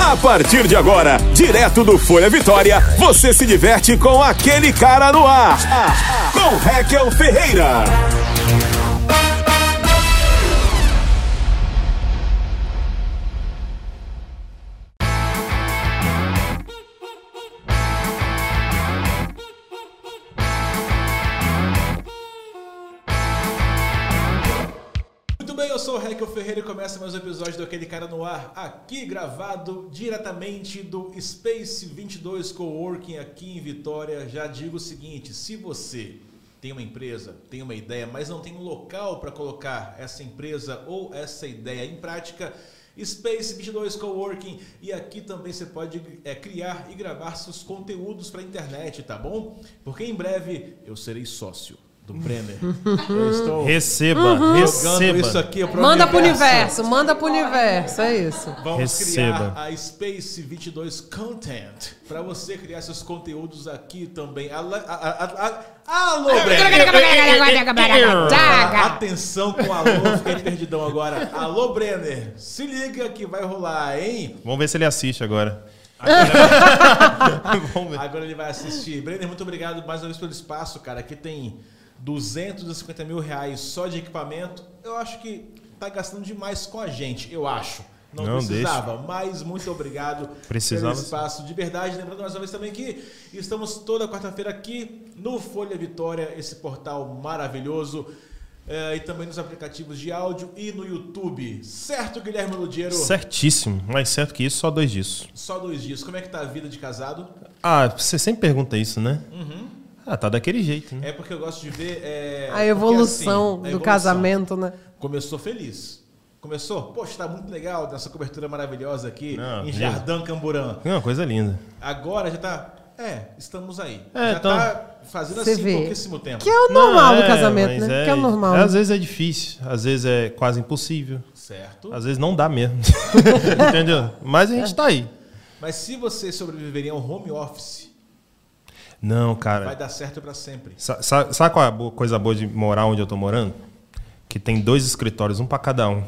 A partir de agora, direto do Folha Vitória, você se diverte com aquele cara no ar. Com Raquel Ferreira. Muito bem, eu sou o Raquel Ferreira e começa mais um episódio do Aquele Cara no Ar, aqui gravado diretamente do Space 22 Coworking aqui em Vitória. Já digo o seguinte, se você tem uma empresa, tem uma ideia, mas não tem um local para colocar essa empresa ou essa ideia em prática, Space 22 Coworking e aqui também você pode é, criar e gravar seus conteúdos para a internet, tá bom? Porque em breve eu serei sócio do Brenner. Eu estou Receba, Uhum. jogando isso receba. aqui pro Manda pro universo, manda pro universo, é isso. Vamos Receba. criar a Space 22 Content para você criar seus conteúdos aqui também. Ala- a- a- a- a- Alô, Brenner! Atenção com o alô, fiquei perdidão agora. Alô, Brenner, se liga que vai rolar, hein? Vamos ver se ele assiste agora. Vamos ver. Agora ele vai assistir. Brenner, muito obrigado mais uma vez pelo espaço, cara. Aqui tem 250 mil reais só de equipamento. Eu acho que tá gastando demais com a gente, eu acho. Não, Não, precisava, mas muito obrigado Precisava pelo sim. espaço de verdade. Lembrando mais uma vez também que estamos toda quarta-feira aqui no Folha Vitória, esse portal maravilhoso. eh, e também nos aplicativos de áudio e no YouTube. Certo, Guilherme Ludiero? Certíssimo, mais certo que isso, só dois disso. Só dois dias. Como é que tá a vida de casado? Ah, você sempre pergunta isso, né? Uhum. Ah, tá daquele jeito, né? É porque eu gosto de ver. é, A porque, evolução assim, a do evolução. casamento, né? Começou feliz. Começou? Poxa, tá muito legal nessa cobertura maravilhosa aqui Não, em mesmo. Jardim Camburã. É uma coisa linda. Agora já tá. É, estamos aí. É, já então- tá fazendo Você assim vê. pouquíssimo tempo. Que é o normal Não, do casamento, mas né? Que é o normal. Às vezes é difícil, às vezes é quase impossível, Certo. às vezes não dá mesmo. Entendeu? Mas a gente tá aí. Mas se vocês sobreviverem ao home office, Não, vai cara. dar certo pra sempre. Sa- sa- Sabe qual é a boa- coisa boa de morar onde eu tô morando? Que tem dois escritórios, um pra cada um.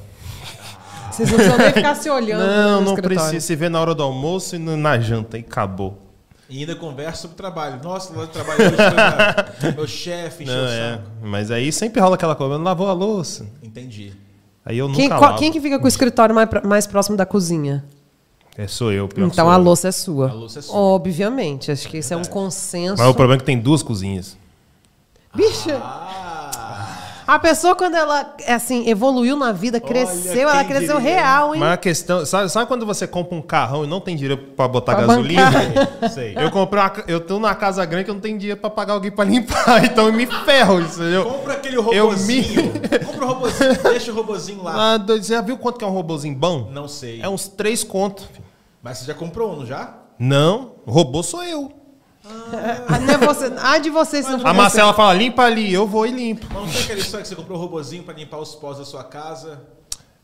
Vocês não precisam nem ficar se olhando Não, no não escritório. precisa. Se vê na hora do almoço e no- na janta e acabou. E ainda conversa sobre trabalho. Nossa, lá de trabalho hoje foi pra- meu chefe, encheu Não, o é. saco. Mas aí sempre rola aquela coisa, eu não lavou a louça. Entendi. Aí eu nunca Quem, qual- lavo. quem que fica com o escritório mais, pra- mais próximo da cozinha? É, sou eu. pior que então sou a eu. louça é sua. A louça é sua. Obviamente, acho que isso é um consenso. Mas o problema é que tem duas cozinhas. Bicha, Ah! a pessoa quando ela assim evoluiu na vida, cresceu, ela quem cresceu diria. real, hein? Mas a questão... Sabe, sabe quando você compra um carrão e não tem dinheiro pra botar Pra gasolina? Sei. Eu comprei uma... ca- Eu tô numa casa grande que eu não tenho dinheiro pra pagar alguém pra limpar. Então eu me ferro, entendeu? Compra aquele Eu robozinho. me- Compra o robozinho, deixa o robozinho lá. Ah, dois- já viu quanto que é um robozinho bom? Não sei. É uns três conto. filho. Mas você já comprou um, já? Não, robô sou eu. Ah, não é você, ah, de vocês não A Marcela fala, limpa ali, eu vou e limpo. Mas não tem aquela história que você comprou um robozinho pra limpar os pós da sua casa?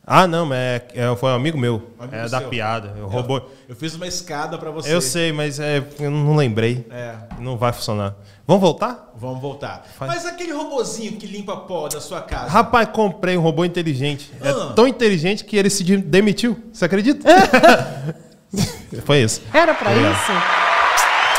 Ah, não, mas é, é- foi um amigo meu. Amigo é da seu. piada. Eu, robô. Eu, eu fiz uma escada pra você. Eu sei, mas é, eu não lembrei. É, Não vai funcionar. Vamos voltar? vamos voltar. Mas aquele robozinho que limpa pó da sua casa. Rapaz, comprei um robô inteligente. Ah. É tão inteligente que ele se de- demitiu. Você acredita? Foi isso. Era pra Obrigado. isso?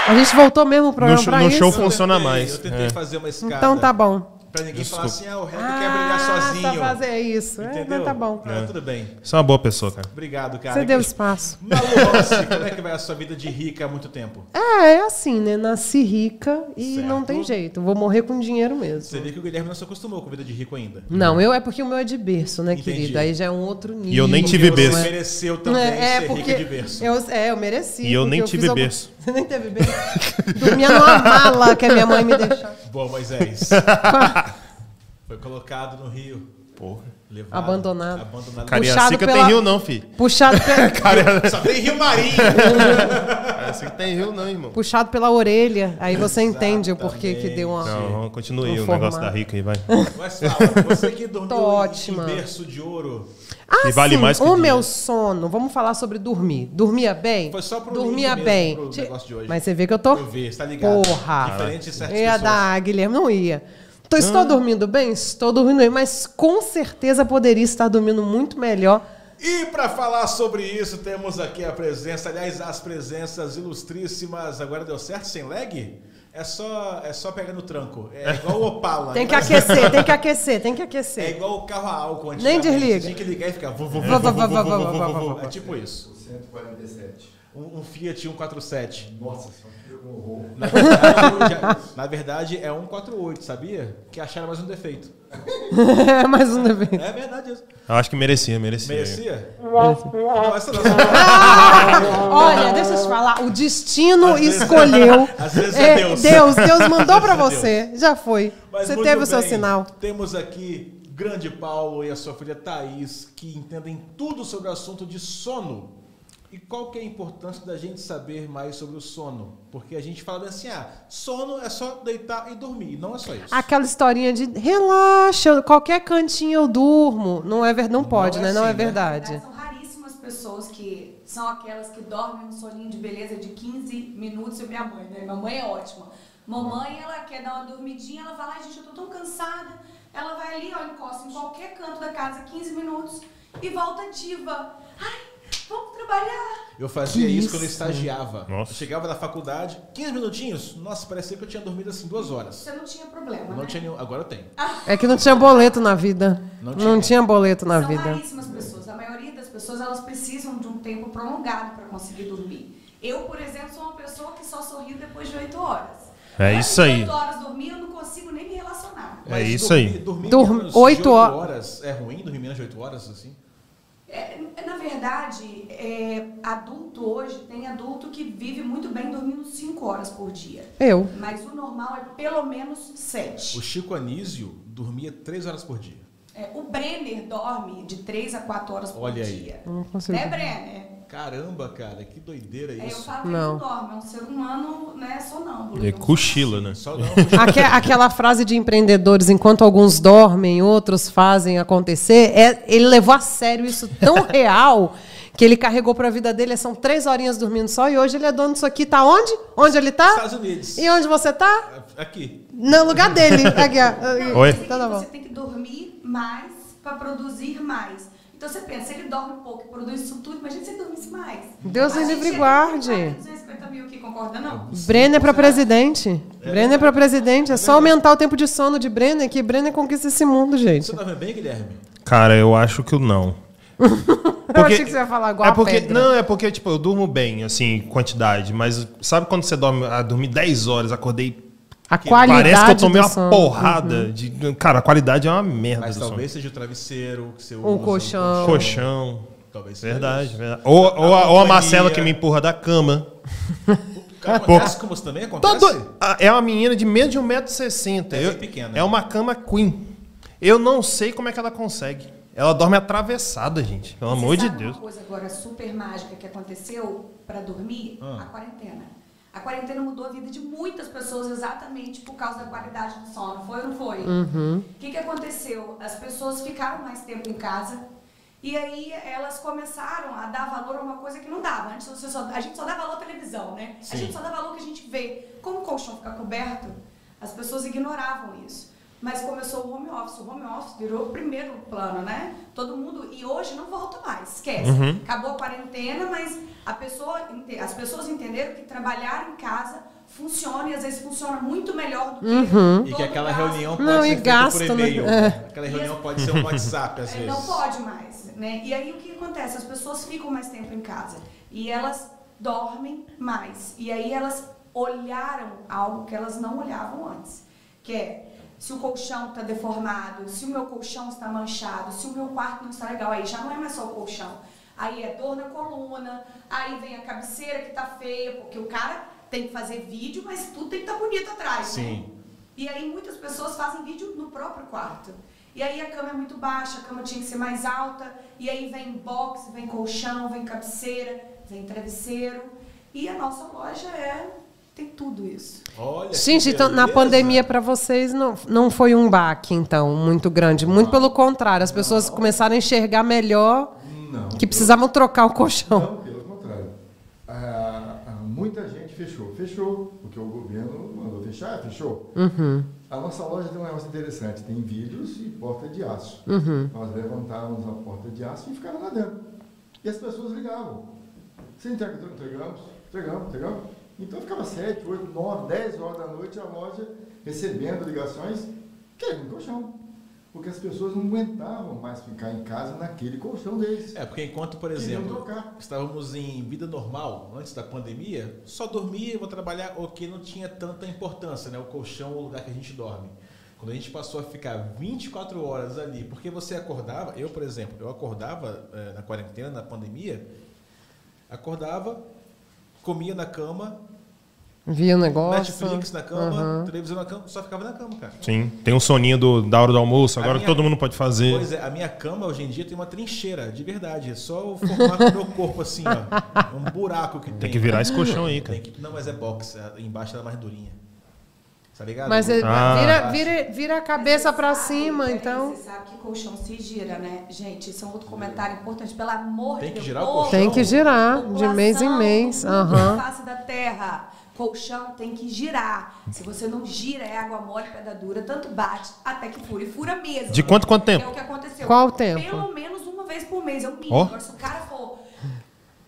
A gente voltou mesmo o programa No show- pra no isso? show Eu tentei- funciona mais. Eu tentei É. fazer uma escada. Então tá bom. Pra ninguém Desculpa. falar assim, ah, o Reto quer brilhar sozinho. Tá fazer isso. É, Entendeu? mas tá bom. Ah, tudo bem. Você é uma boa pessoa, cara. Obrigado, cara. Você deu espaço. Malu Rossi, como é que vai a sua vida de rica há muito tempo? É, é assim, né? Nasci rica e Certo. não tem jeito. Vou morrer com dinheiro mesmo. Você vê que o Guilherme não se acostumou com vida de rico ainda. Não, eu é porque o meu é de berço, né, Entendi. querido? Aí já é um outro nível. eu nem tive Porque né? berço. Você mereceu também é, ser porque rico de berço. Eu, é, eu mereci. E eu porque nem fiz tive algum- berço. Você nem teve berço? Dormia numa mala que a minha mãe me deixava. Bom, Moisés. Foi colocado no rio. Porra. Levado, Abandonado. Abandonado. Cara, Cariacica pela- tem rio não, filho. Puxado, pe- Só tem rio marinho. Cariacica tem rio não, irmão. puxado pela orelha. Aí você entende o porquê que deu uma... Não, vamos continuar Vou o negócio formar. da rica aí, vai. Mas fala, você que dormiu Tô em- ótima. em berço de ouro. Ah, E vale sim, mais que o dinheiro. meu sono. Vamos falar sobre dormir. Dormia bem? Foi só pro Dormia link mesmo, bem. pro Te- negócio de hoje. Mas você vê que eu tô. Eu vi, você tá ligado. Porra. Diferente de certas ia pessoas. Ah. dar, Guilherme, não ia. Tô, estou dormindo bem? Estou dormindo bem, mas com certeza poderia estar dormindo muito melhor E para falar sobre isso, temos aqui a presença, aliás, as presenças ilustríssimas. Agora deu certo sem lag? É só, é só pegar no tranco. É igual o Opala. Tem que aquecer, tem que aquecer, tem que aquecer. É igual o carro a álcool. Nem antigamente. desliga. Tinha que ligar e ficar. Vou, vou, Vá, vá, vá, vá, vá, vá, vá, vá, vá. É tipo isso. 147. Um, um Fiat 147. Nossa, só que horror. Na verdade, já- na verdade, é 148, sabia? Que acharam mais um defeito. É mais um evento. É verdade isso. Eu acho que merecia, merecia. Merecia? Não, essa não. Ah! Olha, deixa eu te falar, o destino escolheu. às vezes é Deus. Deus, Deus mandou Às pra vezes é você. Já foi. Mas você muito teve o seu bem, sinal. Temos aqui grande Paulo e a sua filha Thaís, que entendem tudo sobre o assunto de sono. E qual que é a importância da gente saber mais sobre o sono? Porque a gente fala assim, ah, sono é só deitar e dormir, e não é só isso. Aquela historinha de relaxa, qualquer cantinho eu durmo. Não é ver, não pode, é né? não assim, é né? verdade. São raríssimas pessoas que são aquelas que dormem um soninho de beleza de 15 minutos. E minha mãe, né? Minha mãe é ótima. Mamãe, ela quer dar uma dormidinha, ela fala, ai gente, eu tô tão cansada. Ela vai ali, ó, encosta em qualquer canto da casa 15 minutos e volta ativa. Ai, vamos trabalhar. Eu fazia Que isso, isso? quando eu estagiava. Nossa. Eu chegava da faculdade, 15 minutinhos, nossa, parecia que eu tinha dormido assim duas horas. Você não tinha problema, Não né? tinha nenhum, agora eu tenho. É que não tinha boleto na vida. Não Não tinha. tinha, boleto na São vida. raríssimas pessoas. A maioria das pessoas elas precisam de um tempo prolongado para conseguir dormir. Eu, por exemplo, sou uma pessoa que só sorriu depois de 8 horas. É Mas isso aí. 8 horas dormindo, eu não consigo nem me relacionar. É isso dormir- aí. Dormir Dorm- menos de oito oito hor- horas é ruim? Dormir menos de 8 horas, assim? É, na verdade, é, adulto hoje, tem adulto que vive muito bem dormindo 5 horas por dia. Eu. Mas o normal é pelo menos O 7. Chico Anísio dormia 3 horas por dia. É, o Brenner dorme de 3 a 4 horas por Olha aí. dia. Não consigo. Né, Brenner? Caramba, cara, que doideira É, eu isso. falo que ele Não. não dorme, é um ser humano, né, sonâmbulo. E cochila, né? Só um não. Aque- aquela frase de empreendedores, enquanto alguns dormem, outros fazem acontecer, é- ele levou a sério isso tão real que ele carregou para a vida dele. São três horinhas dormindo só e hoje ele é dono disso aqui. Tá onde? Onde ele tá? Estados Unidos. É, E onde você tá? Aqui. No lugar dele. Aqui, ó. Oi. Então, Então tá bom. Você tem que dormir mais para produzir mais. Então você pensa, ele dorme pouco e produz isso tudo, imagina se ele dormisse mais. Deus A me gente livre e é guarde. 250 mil aqui, concorda não? Brenner para presidente. Brenner para presidente. É só aumentar o tempo de sono de Brenner que Brenner conquista esse mundo, gente. Você dorme bem, Guilherme? Cara, eu acho que eu não. Eu achei que você ia falar igual é a porque, pedra. Não, é porque, tipo, eu durmo bem, assim, quantidade. Mas sabe quando você dorme, ah, dormi 10 horas, acordei. A qualidade parece que eu tomei do uma sono. Uhum. porrada de. Cara, a qualidade é uma merda. Mas do talvez seja o travesseiro que você usa. um O colchão. sono. Colchão. Talvez seja Verdade, isso. verdade. Ou, ou a, ou a companhia. Marcela que me empurra da cama. Cara, acontece com você também? Acontece? Todo, a- é uma menina de menos de 1,60m. É É, bem eu, pequena. é uma cama queen. Eu não sei como é que ela consegue. Ela dorme atravessada, gente. Pelo Você amor de sabe Deus. Uma coisa agora super mágica que aconteceu para dormir? Ah. A quarentena. A quarentena mudou a vida de muitas pessoas exatamente por causa da qualidade do sono. Foi ou não foi? O que, que aconteceu? As pessoas ficaram mais tempo em casa e aí elas começaram a dar valor a uma coisa que não dava. Antes você só- a gente só dá valor à televisão, né? A gente só dá valor que a gente vê. Como o colchão fica coberto, as pessoas ignoravam isso. Mas começou o home office. O home office virou o primeiro plano, né? Todo mundo. E hoje não volta mais, esquece. Uhum. Acabou a quarentena, mas a pessoa, ente- as pessoas entenderam que trabalhar em casa funciona e às vezes funciona muito melhor do que. E todo que aquela gasto. reunião pode Não, ser e feita gasto, por né? e-mail. É. Aquela reunião pode ser um WhatsApp, às vezes. É, Não pode mais, né? E aí o que acontece? As pessoas ficam mais tempo em casa e elas dormem mais. E aí elas olharam algo que elas não olhavam antes, que é se o colchão está deformado, se o meu colchão está manchado, se o meu quarto não está legal, aí já não é mais só o colchão. Aí é dor na coluna, aí vem a cabeceira que tá feia, porque o cara tem que fazer vídeo, mas tudo tem que estar bonito atrás, né? Sim. E aí muitas pessoas fazem vídeo no próprio quarto. E aí a cama é muito baixa, a cama tinha que ser mais alta, e aí vem box, vem colchão, vem cabeceira, vem travesseiro. E a nossa loja é tem tudo isso. Olha, que Gente, então, na beleza. pandemia para vocês não, não foi um baque, então, muito grande. Muito pelo contrário, as pessoas começaram a enxergar melhor Não. que precisavam trocar o colchão. Não, pelo contrário. Ah, ah, muita gente fechou. Fechou, porque o governo mandou fechar, ah, fechou. A nossa loja tem um negócio interessante. Tem vidros e porta de aço. Nós levantávamos a porta de aço e ficava lá dentro. E as pessoas ligavam. Você entrega, então, entregamos, entregamos, entregamos. Então ficava 7, 8, 9, 10 horas da noite a loja recebendo ligações querendo colchão. Porque as pessoas não aguentavam mais ficar em casa naquele colchão deles. É, porque enquanto, por Queriam exemplo, trocar. estávamos em vida normal, antes da pandemia, só dormia, vou trabalhar, o que não tinha tanta importância, né? O colchão, o lugar que a gente dorme. Quando a gente passou a ficar 24 horas ali, porque você acordava, eu, por exemplo, eu acordava eh, na quarentena, na pandemia, acordava, comia na cama, Via o negócio. Netflix na cama, Aham. televisão na cama, só ficava na cama, cara. Sim. Tem um soninho do, da hora do almoço, A agora minha- todo mundo pode fazer. Pois é, a minha cama hoje em dia tem uma trincheira, de verdade. É só eu formar com o meu corpo assim, ó. Um buraco que tem. Tem que virar esse colchão aí, Tem cara. que- Não, mas é box. é- Embaixo ela é mais durinha. Tá ligado? Mas é ele- Ah. vira, vira, vira a cabeça Você pra sabe, cima, peraí, então. Você sabe que colchão se gira, né? Gente, isso é um outro comentário importante. Pelo amor Tem que de Deus. girar o povo, colchão? Tem que girar de mês em população, mês. mundo, Aham. face da terra. Colchão tem que girar. Se você não gira, é água mole, pedra dura, tanto bate até que fura. E fura mesmo. De quanto, quanto É tempo? o que aconteceu. Qual o tempo? Pelo menos uma vez por mês, é o mínimo. Ó. Agora, se o cara for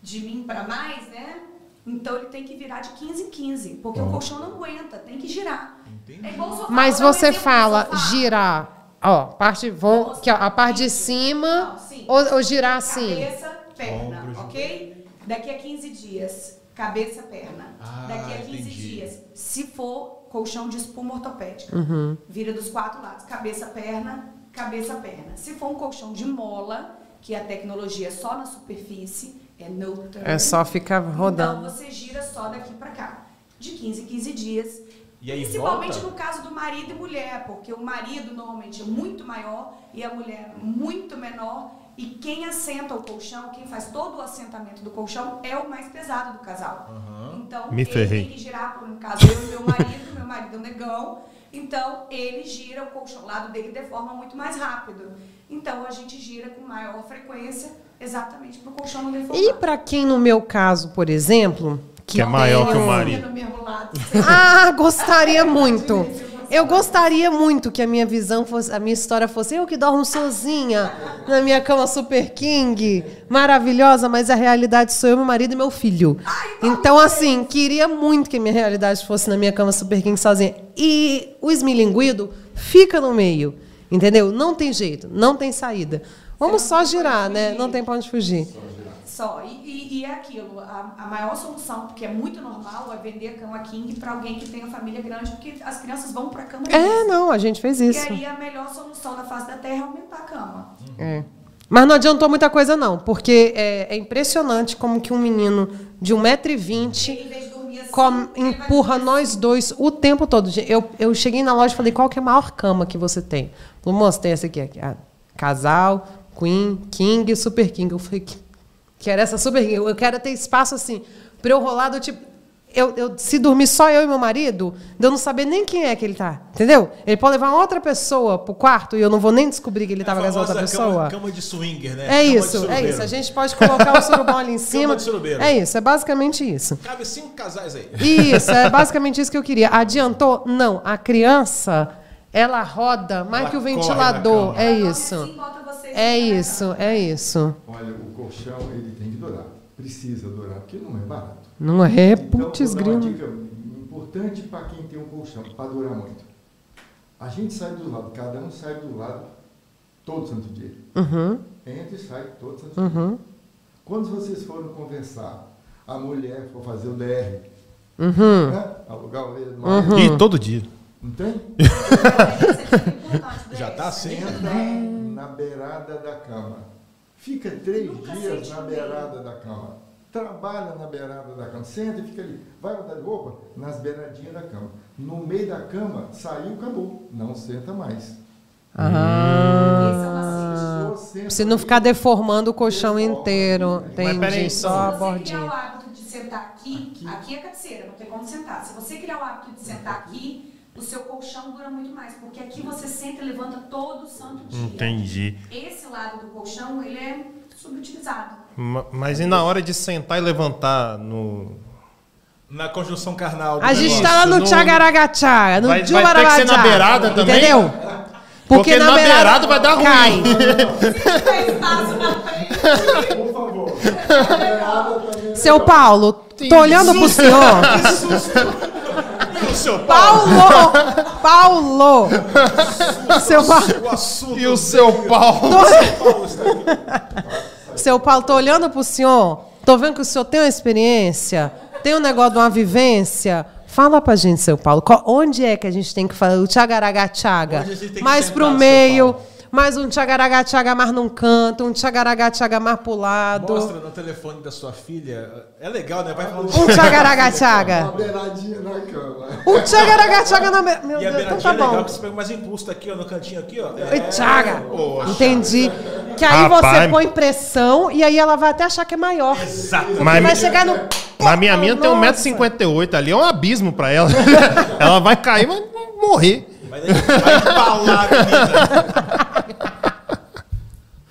de mim pra mais, né? Então ele tem que virar de 15 em 15, porque o colchão não aguenta, tem que girar. É igual o sofá, Mas vou dar um você exemplo do fala sofá. girar, ó, parte vão, que, ó, a parte de cima Não, sim. ou, ou girar assim? Cabeça, perna, Ombro, ok? Daqui a 15 dias, cabeça, perna. Ah, Daqui a 15 entendi. dias, se for colchão de espuma ortopédica, Uhum. vira dos quatro lados, cabeça, perna, cabeça, perna. Se for um colchão de mola, que a tecnologia é só na superfície, é no turn. É só ficar rodando. Então você gira só daqui pra cá, de 15 em 15 dias. E aí Principalmente volta? no caso do marido e mulher, porque o marido normalmente é muito maior e a mulher muito menor. E quem assenta o colchão, quem faz todo o assentamento do colchão, é o mais pesado do casal. Então, Me ele ferrei. tem que girar, por um caso, eu e meu marido, meu marido é um negão. Então, ele gira o colchão, o lado dele deforma muito mais rápido. Então, a gente gira com maior frequência, exatamente para o colchão não deformar. E pra quem no meu caso, por exemplo, Que é maior tem que o um- marido. No mesmo lado, Ah, gostaria muito. Eu gostaria muito que a minha visão fosse, a minha história fosse eu que dormo sozinha na minha cama super king, maravilhosa, mas a realidade sou eu, meu marido e meu filho. Então, assim, queria muito que a minha realidade fosse na minha cama super king sozinha. E o esmilinguido fica no meio, entendeu? Não tem jeito, não tem saída. Vamos só girar, né? Não tem pra onde fugir. Só, e, e- e é aquilo, a, a maior solução, porque é muito normal, é vender a cama king para alguém que tem uma família grande, porque as crianças vão para a cama É, mesmo. não, a gente fez isso. E aí a melhor solução da face da terra é aumentar a cama. É. Mas não adiantou muita coisa, não, porque é, é impressionante como que um menino de 1,20m Em vez de dormir assim, ele vai empurra dormir nós dois o tempo todo. Gente, Eu, eu cheguei na loja e falei, qual que é a maior cama que você tem? Falou, moço, tem essa aqui. aqui. Ah, casal, Queen, King, Super King. Eu falei, "Que- quero essa Super King. Eu eu quero ter espaço assim, pra eu rolar do tipo... Eu, eu- se dormir só eu e meu marido, de eu não saber nem quem é que ele tá, entendeu? Ele pode levar outra pessoa pro quarto e eu não vou nem descobrir que ele tava A com essa famosa outra cama- pessoa. Cama, de swinger, né? É Cama de isso, é surubeiro. isso. A gente pode colocar o surubão ali em cima. de surubeiro. É isso, é basicamente isso. Cabe cinco casais aí. Isso, é basicamente isso que eu queria. Adiantou? Não. A criança, ela roda mais Ela que o corre na ventilador. cama. É Ela dorme isso. assim, bota É vocês na cama. isso, é isso. Olha, o colchão ele tem que durar. Precisa durar, porque não é barato. Não é Então, putz vou dar uma grilo. dica importante para quem tem um colchão, para durar muito. A gente sai do lado, cada um sai do lado todo santo dia. Uhum, Entra e sai todo santo dia. uhum, Quando vocês forem conversar, a mulher for fazer o DR, uhum. né? alugar o orelha do marido, Hum. Ih, todo dia. não tem? É, né? Já tá assim? Senta na beirada da cama. Fica três Nunca dias sente na o beirada da cama. Trabalha na beirada da cama. Senta e fica ali. Vai mudar de roupa? Nas beiradinhas da cama. No meio da cama, saiu, acabou. Não senta mais. Esse é o macete. Só senta Se não ali. ficar deformando o colchão inteiro. Entendi, peraí, só a Se você criar o bordinha. hábito de sentar aqui, aqui, é a cabeceira, não tem como sentar. Se você criar o hábito de sentar aqui, o seu colchão dura muito mais, porque aqui você senta e levanta todo santo dia. Entendi. Esse lado do colchão, ele é subutilizado. Ma- Mas e na hora de sentar e levantar no. Na conjunção carnal. do A gente negócio. tá lá no não- Tchagaragachaga, no Vai- vai ter que ser na Jubarabajá, beirada também? Entendeu? Porque na beirada vai dar ruim. Cai. Tem espaço na frente. Por favor. Seu Paulo, tô olhando pro senhor. Que susto! E o seu Paulo? Paulo! Paulo! Seu Paulo, O assunto. E o seu pau? seu Paulo, tô olhando pro senhor. Tô vendo que o senhor tem uma experiência, tem um negócio de uma vivência. Fala pra gente, seu Paulo, qual- onde é que a gente tem que fazer o tchagaragachaga? Onde a gente tem que Mais sentar, pro seu meio, Paulo? mais um tchagaragachaga mais num canto, um tchagaragachaga mais pro lado. Mostra no telefone da sua filha. É legal, né? Vai falando. Um Uma tchagaragachaga. beiradinha na cama. Um tchagaragachaga na... me- Meu E a Deus, beiradinha então tá é legal bom. que você pega mais impulso tá aqui, ó, no cantinho aqui, ó. É, Oi, Tchaga. Poxa. Entendi. Que aí você Rapaz. põe pressão e aí ela vai até achar que é maior. Exato. Mas, vai chegar no. mas minha mina tem Nossa. 1,58m ali, é um abismo pra ela. ela vai cair, vai morrer. Vai, vai empalar, menina.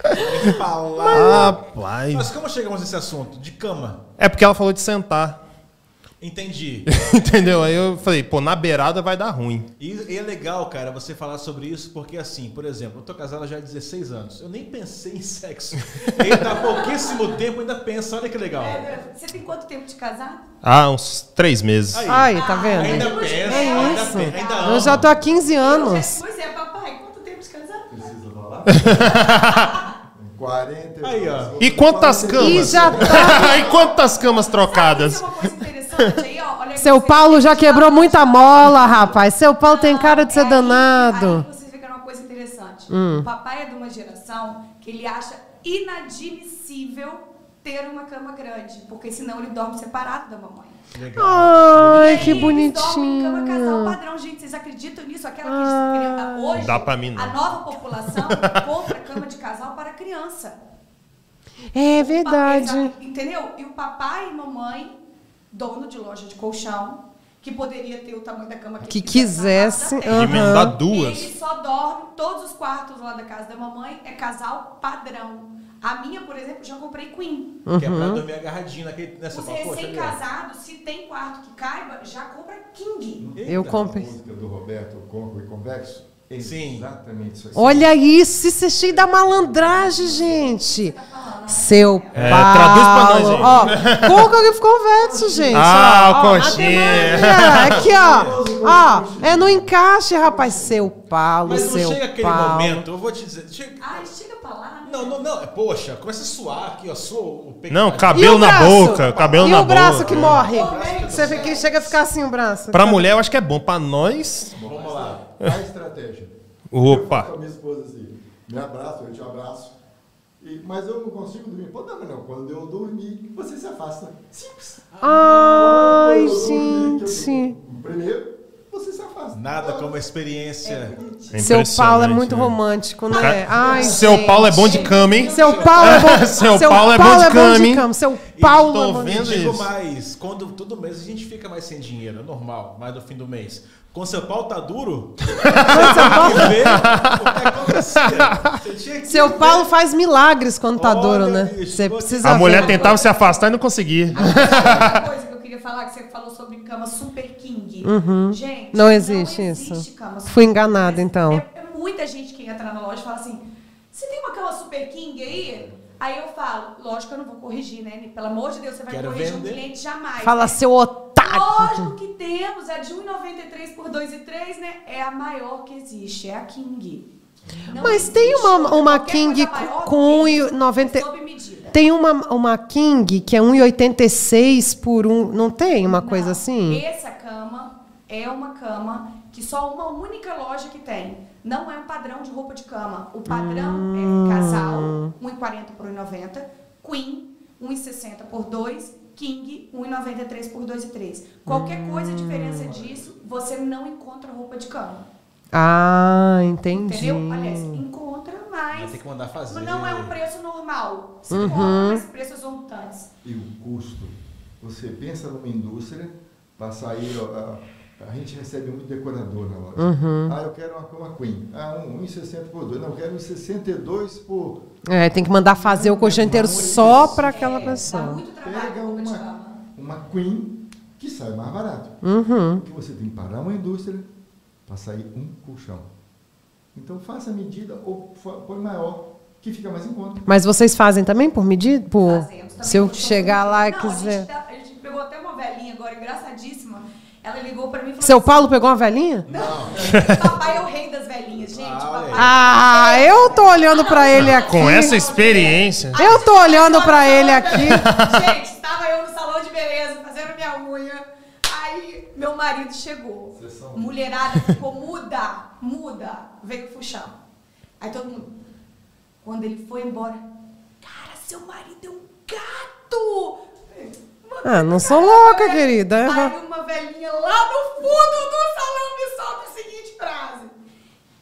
Vai empalar. Rapaz. Mas como chegamos nesse assunto? De cama. É porque ela falou de sentar. Entendi. Entendeu? Aí eu falei, pô, na beirada vai dar ruim. E, e é legal, cara, você falar sobre isso, porque assim, por exemplo, eu tô casado já há 16 anos. Eu nem pensei em sexo. Ele tá há pouquíssimo tempo ainda pensa, olha que legal. ah, Você tem quanto tempo de casado? Ah, uns três meses. Aí. Ai, tá vendo? Ainda pensa, É ainda isso. pensa, ainda Eu ama. já tô há 15 Eu anos. já- Pois é, papai, quanto tempo de casado? Precisa falar? 40 Aí, ó. E quantas E camas? já tá. e quantas camas trocadas? Isso é uma coisa interessante aí, ó. Olha Seu você- Paulo já quebrou muita mola, rapaz. Seu Paulo tem cara de É ser aí- danado. Hum. Aí vocês viram é uma coisa interessante. O papai é de uma geração que ele acha inadmissível ter uma cama grande, porque senão ele dorme separado da mamãe. Legal. Ai, E que eles dormem em bonitinho. cama casal padrão, gente. Vocês acreditam nisso? Aquela que ah, hoje Dá pra mim, não. a nova população compra cama de casal para criança. É O papai- verdade. Entendeu? E o papai e mamãe, dono de loja de colchão, que poderia ter o tamanho da cama que, tá Que quisesse, mas aham. não tem. Emendar duas. Ele só dorme, todos os quartos lá da casa da mamãe é casal padrão. A minha, por exemplo, já comprei queen. Uhum. Que é pra dormir agarradinho naquele, nessa Os fala, poxa, é legal. recém-casados, se tem quarto que caiba, já compra king. Eu Eita. A comprei. música do Roberto, côncavo e convexo. é Sim. Exatamente isso aqui. Olha isso, isso é cheio da malandragem, gente. Seu É, Paulo. traduz pra nós, gente. Ó, Conca que ficou verso, gente. Ah, ó, o ó, coxinha. matemática. Aqui, ó. Ó, é no encaixe, rapaz. Seu Paulo, Mas não seu chega aquele Paulo. momento, eu vou te dizer. chega- Ai, chega pra lá. né? Não, não, não. é, Poxa, começa a suar aqui, ó. Sua o peito. tá Não, E cabelo o na braço? boca, cabelo e na o braço boca. que morre. Você fica, chega a ficar assim o braço. Pra mulher eu acho que é bom, pra nós... Vamos lá. A estratégia. Eu falo Opa. com a minha esposa assim, me abraço, eu te abraço. E- mas eu não consigo dormir. Pô, não, não. Quando eu dormir, você se afasta. Simples. Ai, gente. Quando eu dormir, que eu durmo Primeiro, você se afasta. Nada Ah, como a experiência. É Seu Paulo é impressionante, muito né? romântico, né? Cara, Ai, Seu gente. Paulo é bom de cama, hein? Seu Paulo é bom, Seu Paulo é bom de cama, hein? Seu Paulo é tô bom de E vendo digo isso. mais, quando todo mês a gente fica mais sem dinheiro, é normal, mais no fim do mês. Quando seu pau tá duro, tem que ver o que acontecia. Você tinha que Seu ver. Paulo faz milagres quando tá Olha duro, né? isso. Você precisa A mulher ver. tentava se afastar e não conseguia. Outra coisa que eu queria falar, que você falou sobre cama super king. Gente, Uhum. Não existe isso. Fui enganada, Mas então. É, é muita gente que entra na loja e fala assim, você tem uma cama super king aí? Aí eu falo, lógico que eu não vou corrigir, né? Pelo amor de Deus, você vai Quero corrigir vender. um cliente jamais. Fala, né? seu otário. Lógico que temos, a de 1,93 por 2,3, né? É a maior que existe, é a King. Não Mas tem existe uma, uma qualquer King coisa maior com que isso, 1,90. Sob medida. Tem uma, uma King que é 1,86 por um. Não tem uma coisa Não, assim? Essa cama é uma cama que só uma única loja que tem. Não é um padrão de roupa de cama. O padrão Ah. é casal, 1,40 por 1,90, queen, 1,60 por 2, king, 1,93 por 2,3. Qualquer coisa, Hum. a diferença disso, você não encontra roupa de cama. Ah, entendi. Entendeu? Aliás, encontra Vai mais. ter que mandar fazer. Não é um preço normal. Você Uhum. encontra, mas preços exorbitantes. E o custo? Você pensa numa indústria, para sair, ó, a, a gente recebe muito decorador na loja. Ah, eu quero uma cama queen. Ah, um 1,60 por 2. Não, eu quero um 62 por... É, tem que mandar fazer o colchão inteiro só pra aquela Dá pessoa. É, tá muito trabalho Pega roupa de uma, cama. uma queen que sai mais barato. Porque você tem que parar uma indústria para sair um colchão. Então faça a medida ou fa- põe maior, que fica mais em conta. Mas vocês fazem também por medida? Por... Fazemos Assim, também, Se eu continuamos chegar lá e fazendo. Não, a gente quiser. tá- A gente, pegou até uma velhinha agora, engraçadíssima. Ela ligou pra mim e falou Seu Paulo pegou uma velhinha? assim, papai é o rei das velhinhas, gente. Ah, papai. é olha Ah, eu tô olhando pra ele aqui. Com essa experiência. Aí Eu tô gente, olhando eu pra tava- ele aqui. Gente, estava eu no salão de beleza fazendo minha unha. Aí meu marido chegou. Mulherada ficou muda, muda. Veio fuxar. Aí todo mundo. Quando ele foi embora, cara, seu marido é um gato! Mano, Ah, não sou caramba, louca, velho. querida. é. Aí uma velhinha lá no fundo do salão me solta a seguinte frase.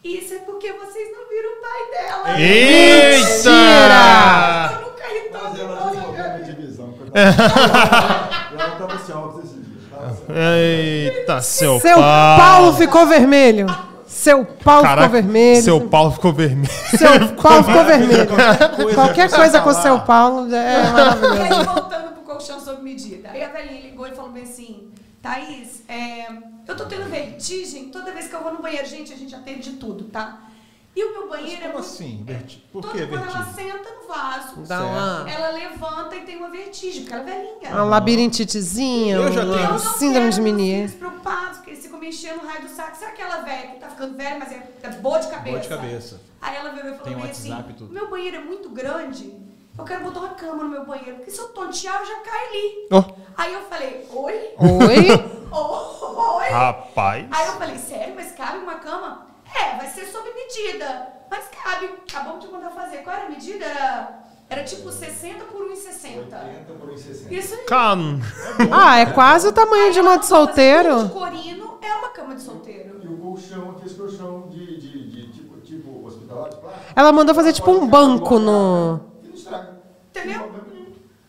Isso é porque vocês não viram o pai dela. Eita! Eu nunca ri Mas tanto então, em ela toda a não minha estava vida. divisão. tá Ela estava assim, ó, esses dias. tava assim. Eita, seu, Seu Paulo. Paulo ficou vermelho. Seu Paulo Caraca, ficou vermelho. Seu Paulo ficou vermelho. Seu Paulo ficou vermelho. coisa Qualquer que coisa com o falar. seu Paulo é maravilhoso. E aí, voltando pro colchão sob medida. Aí a velhinha ligou e falou bem assim, Thaís, é, eu tô tendo vertigem toda vez que eu vou no banheiro. Gente, a gente já teve de tudo, tá? E o meu banheiro é como muito... assim, verti- por Toda que quando ela vertigem? senta no vaso, Dá uma, ela levanta e tem uma vertigem, porque ela é velhinha. Então, uma labirintitezinha, Eu já uma tenho. Eu não síndrome de quero meus Menier. filhos preocupados, porque eles ficam me enchendo o raio do saco. Será que aquela velha que tá ficando velha, mas é, é boa de cabeça? Boa de cabeça. Aí ela veio e falou Tem bem assim, WhatsApp e tudo. meu banheiro é muito grande, eu quero botar uma cama no meu banheiro, porque se eu tontear, eu já caio ali. Ó. Aí eu falei, oi? Oh, Oi? Oi? Rapaz. Aí eu falei, sério, mas cabe uma cama? É, vai ser sob medida, mas cabe. Acabamos de mandar fazer. Qual era a medida? Era, era tipo 60 por 1,60. 80 por 1,60. Isso aí. Can. Ah, é quase o tamanho de uma de Mas o solteiro. corino é uma cama de solteiro. E o colchão, aqueles colchão de, de, de tipo, tipo hospitalar de plástico. Ela mandou fazer tipo um banco no. Que não estraga. Entendeu?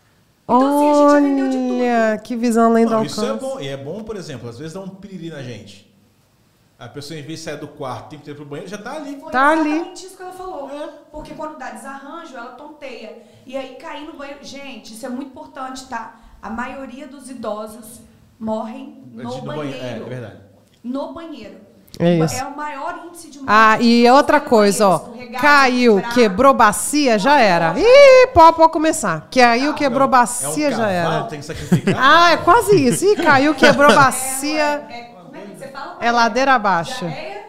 Então, assim, a gente já vendeu de tudo. Olha, que visão além do é Não, isso é alcance. bom. E é bom, por exemplo, às vezes dá um piriri na gente. A pessoa, em vez de sair do quarto, tem que ir pro banheiro, já tá ali. Foi Tá ali. exatamente isso que ela falou. É. Porque quando dá desarranjo, ela tonteia. E aí cair no banheiro. Gente, isso é muito importante, tá? A maioria dos idosos morrem no, banheiro. É, é verdade. No banheiro. É isso. É o maior índice de morte. Ah, e outra Você coisa, ó. escorregar, Caiu, quebrar. quebrou bacia, já era. Ih, pó, pode começar. Caiu, quebrou bacia, Ah, é um já era. cavalo, Tem um que sacrificar. Ah, é quase isso. Ih, caiu, quebrou É, bacia. é- como é que você fala? É ladeira abaixo. Diarreia?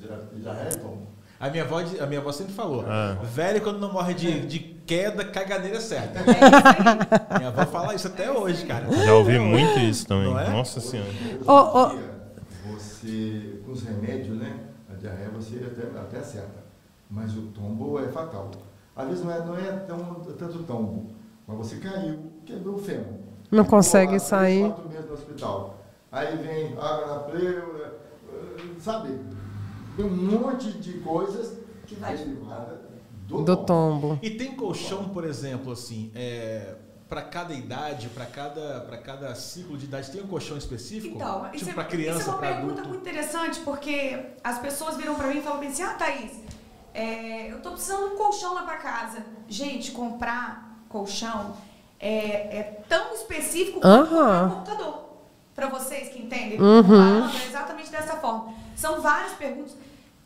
Já, já é Ah. bom. A minha avó, de- a minha avó sempre falou: Ah. velho, quando não morre de, de queda, caganeira é certa. É isso aí. Minha avó fala isso até hoje, cara. Já ouvi muito isso também. Não é? Nossa senhora. Ô, ô. Você, com os remédios, né? A diarreia você até, até acerta. Mas o tombo é fatal. Às vezes não é, não é tão, tanto tombo. Mas você caiu, quebrou o fêmur. Não Ficou consegue lá três, sair. Quatro meses no hospital. Aí vem água na pleura, eh, sabe? Tem um monte de coisas que vai derivada do, Do tombo. E tem colchão, por exemplo, assim, é, para cada idade, para cada, pra cada ciclo de idade, tem um colchão específico? Então, tipo, isso, é- para isso criança, é uma para pergunta adulto. muito interessante, porque as pessoas viram pra mim e falam assim, ah, Thaís, é, eu tô precisando de um colchão lá pra casa. Gente, comprar colchão é, é tão específico quanto comprar Aham. um computador. Pra vocês que entendem, uhum. é exatamente dessa forma. São várias perguntas.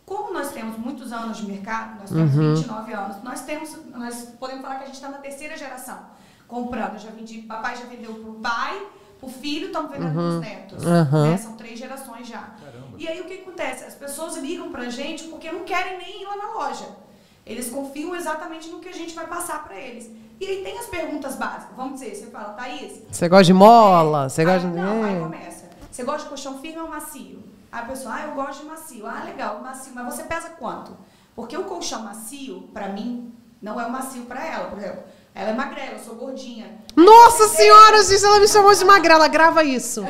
Como nós temos muitos anos de mercado, nós temos 29 anos, nós temos, nós podemos falar que a gente está na terceira geração comprando. Eu já vendi, papai já vendeu pro pai, pro filho, estamos vendendo pros netos. Uhum. né? São três gerações já. E aí o que acontece? As pessoas ligam pra gente porque não querem nem ir lá na loja. Eles confiam exatamente no que a gente vai passar pra eles. E aí tem as perguntas básicas. Vamos dizer, você fala, Thaís, Você gosta de mola? Você Aí, gosta de. Não, aí É. começa. Você gosta de colchão firme ou macio? Aí a pessoa, ah, eu gosto de macio. Ah, legal, macio. Mas você pesa quanto? Porque o colchão macio, pra mim, não é o macio pra ela. Por exemplo, ela é magrela, eu sou gordinha. Nossa senhora, gente, ela me chamou de magrela. Grava isso.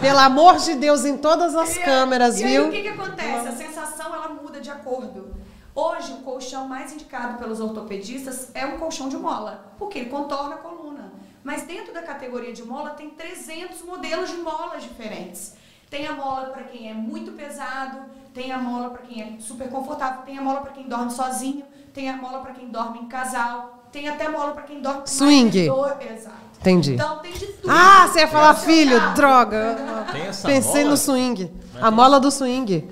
Pelo amor de Deus, em todas as E- câmeras, e Aí, o viu? que, que acontece? A sensação ela muda de acordo. Hoje, o colchão mais indicado pelos ortopedistas é um colchão de mola, porque ele contorna a coluna. Mas dentro da categoria de mola tem 300 modelos de molas diferentes. Tem a mola para quem é muito pesado, tem a mola para quem é super confortável, tem a mola para quem dorme sozinho, tem a mola para quem dorme em casal, tem até mola para quem dorme com mais Swing. de dois- Exato. Entendi. Então tem de tudo. Ah, você ia falar Tem né? o seu filho, carro. droga. Tem essa Pensei mola? é no swing. A mola do swing.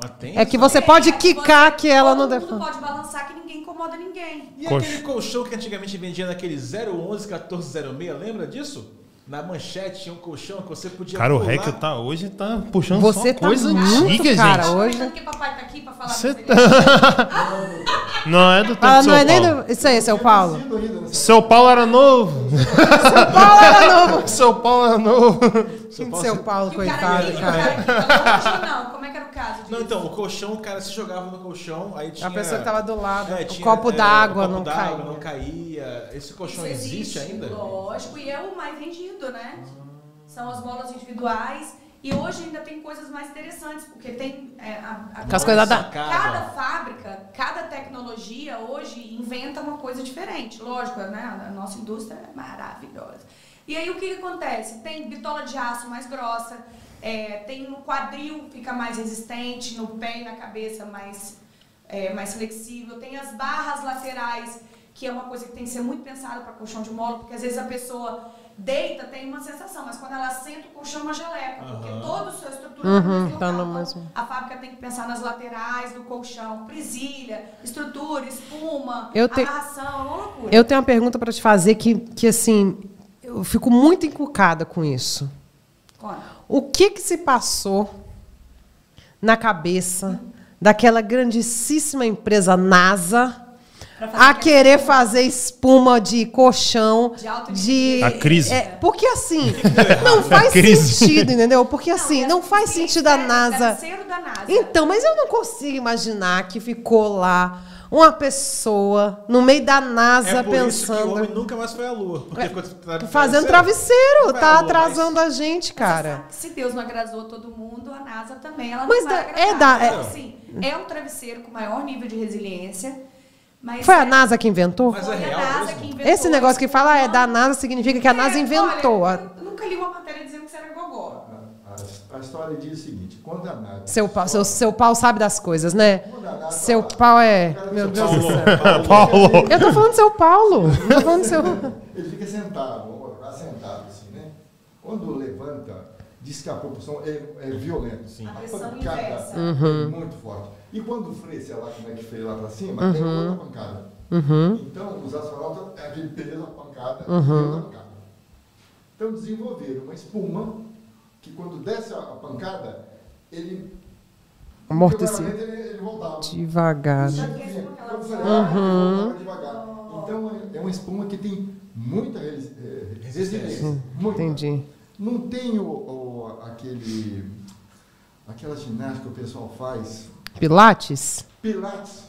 Mas Ah, tem É que essa- você pode É, quicar você- que ela não todo mundo defende. pode balançar que ninguém incomoda incomoda ninguém. E Coxa. aquele colchão que antigamente vendia naquele 011 1406, lembra disso? Na manchete tinha um colchão que você podia Cara, o pular. Hack tá hoje tá puxando Você só tá coisa muito, antiga, cara, gente. hoje- Porque papai tá aqui pra falar Você com tá- Não é do tempo Ah, do São não é nem. Paulo. Do... Isso aí, seu Paulo. Sido ainda nessa- São Paulo era novo. Paulo era novo. São Paulo era novo. Seu Paulo, seu Paulo E o cara é coitado, aqui, o cara cara. aqui, falou, não, não, como é que era o caso disso? Não, então, o colchão, o cara se jogava no colchão, aí tinha... A pessoa que tava do lado, É, o tinha- copo é, d'água o não copo d'água caiu. não caía. Esse colchão existe, ainda? Lógico, e é o mais vendido, né? São as bolas individuais. E hoje ainda tem coisas mais interessantes, porque tem. É, a, a- Aquelas coisas da- Cada fábrica, cada tecnologia hoje inventa uma coisa diferente. Lógico, né? A nossa indústria é maravilhosa. E aí o que, que acontece? Tem bitola de aço mais grossa, é, tem no quadril fica mais resistente, no pé e na cabeça mais, é, mais flexível, tem as barras laterais, que é uma coisa que tem que ser muito pensada para colchão de mola, porque às vezes a pessoa deita, tem uma sensação, mas quando ela senta, o colchão é uma geleca, porque toda a sua estrutura Uhum, tá tá no mesmo no local. mesmo- A fábrica tem que pensar nas laterais do colchão, presilha, estrutura, espuma, Eu te- amarração, é uma loucura. Eu tenho uma pergunta pra te fazer que, que, assim, eu fico muito encucada com isso. Conta. O que que se passou na cabeça daquela grandíssima empresa NASA Pra fazer a aquela querer fazer espuma de colchão De alto de nível. A crise. É, porque assim não faz crise. sentido, entendeu? Porque assim é não faz porque sentido a é NASA. terceiro da NASA. Então, mas eu não consigo imaginar que ficou lá uma pessoa no meio da NASA É por isso que o homem pensando É, nunca mais foi à lua. Porque ficou tra- fazendo travesseiro, Não vai à tá lua mais. atrasando a gente, cara. Se Deus não agradou todo mundo, a NASA também ela Mas não vai da- agradar. é da- é- Então, assim, é um travesseiro com maior nível de resiliência, mas é Foi a NASA que inventou? Mas foi é a real NASA mesmo? que inventou. Esse negócio que fala ah, é da Não, NASA significa que a NASA é, inventou. olha, a- eu nunca li uma matéria dizendo que isso era gogó. A, a- a história diz o seguinte, quando a NASA... Seu pau, seu, seu pau sabe das coisas, né? Seu pau é. Meu Deus do céu. Paulo. Eu tô falando do seu Paulo. Eu tô falando do seu. Ele fica sentado, ó, assentado assim, né? Quando levanta, diz que a propulsão é, é violenta. Sim. A pressão inversa. é muito forte. E quando freia, sei lá como é que freia lá pra cima, tem outra pancada. Então, os astronautas, é aquele peso, a pancada, uhum. pancada. Então, desenvolveram uma espuma que quando desce a, a pancada, ele... Amortecia. temporariamente, Ele, ele voltava. Devagar. Isso aqui, eu falei, ah, eu vou devagar. Então é uma espuma que tem muita resi- eh, resistência. Muita. Entendi. Não tem o, o- aquele, aquela ginástica que o pessoal faz, Pilates? Pilates,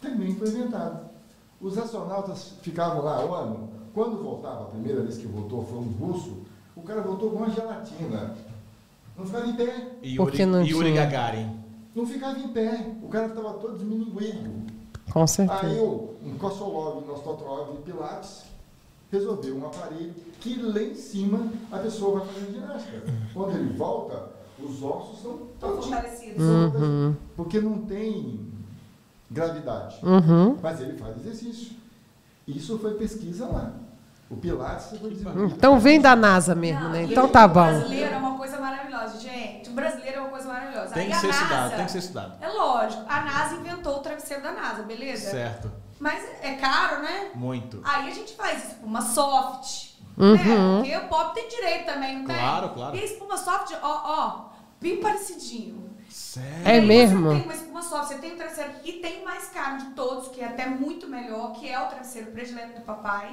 também foi inventado. Os astronautas ficavam lá um ano. Quando voltava, a primeira vez que voltou foi um russo, o cara voltou com uma gelatina. Não ficava em pé. Yuri, Porque não Yuri tinha. Gagarin. Não ficava em pé. O cara estava todo desmininguido. Com Aí certeza. eu, um Kossolov, Nostotrov e Pilates resolveu um aparelho que lá em cima a pessoa vai fazer ginástica. Quando ele volta, os ossos são Tão todinhos. fortalecidos. Uhum. São- Porque não tem gravidade. Uhum. Mas ele faz exercício. Isso foi pesquisa lá. O Pilates foi desenvolvido. Então vem da NASA mesmo, Não, né? e Então o tá bom. brasileiro é uma coisa maravilhosa, gente. O brasileiro é uma coisa maravilhosa. Tem Aí que a ser NASA, estudado, tem que ser estudado. É lógico. A NASA inventou o travesseiro da NASA, beleza? Certo. Mas é caro, né? Muito. Aí a gente faz espuma soft. Uhum. Né? Porque o pop tem direito também, não Claro, tem? claro. E a espuma soft, ó, ó, bem parecidinho. Sério? É E aí mesmo? Você tem uma espuma soft, você tem o travesseiro. E tem o mais caro de todos, que é até muito melhor, que é o travesseiro predileto do papai.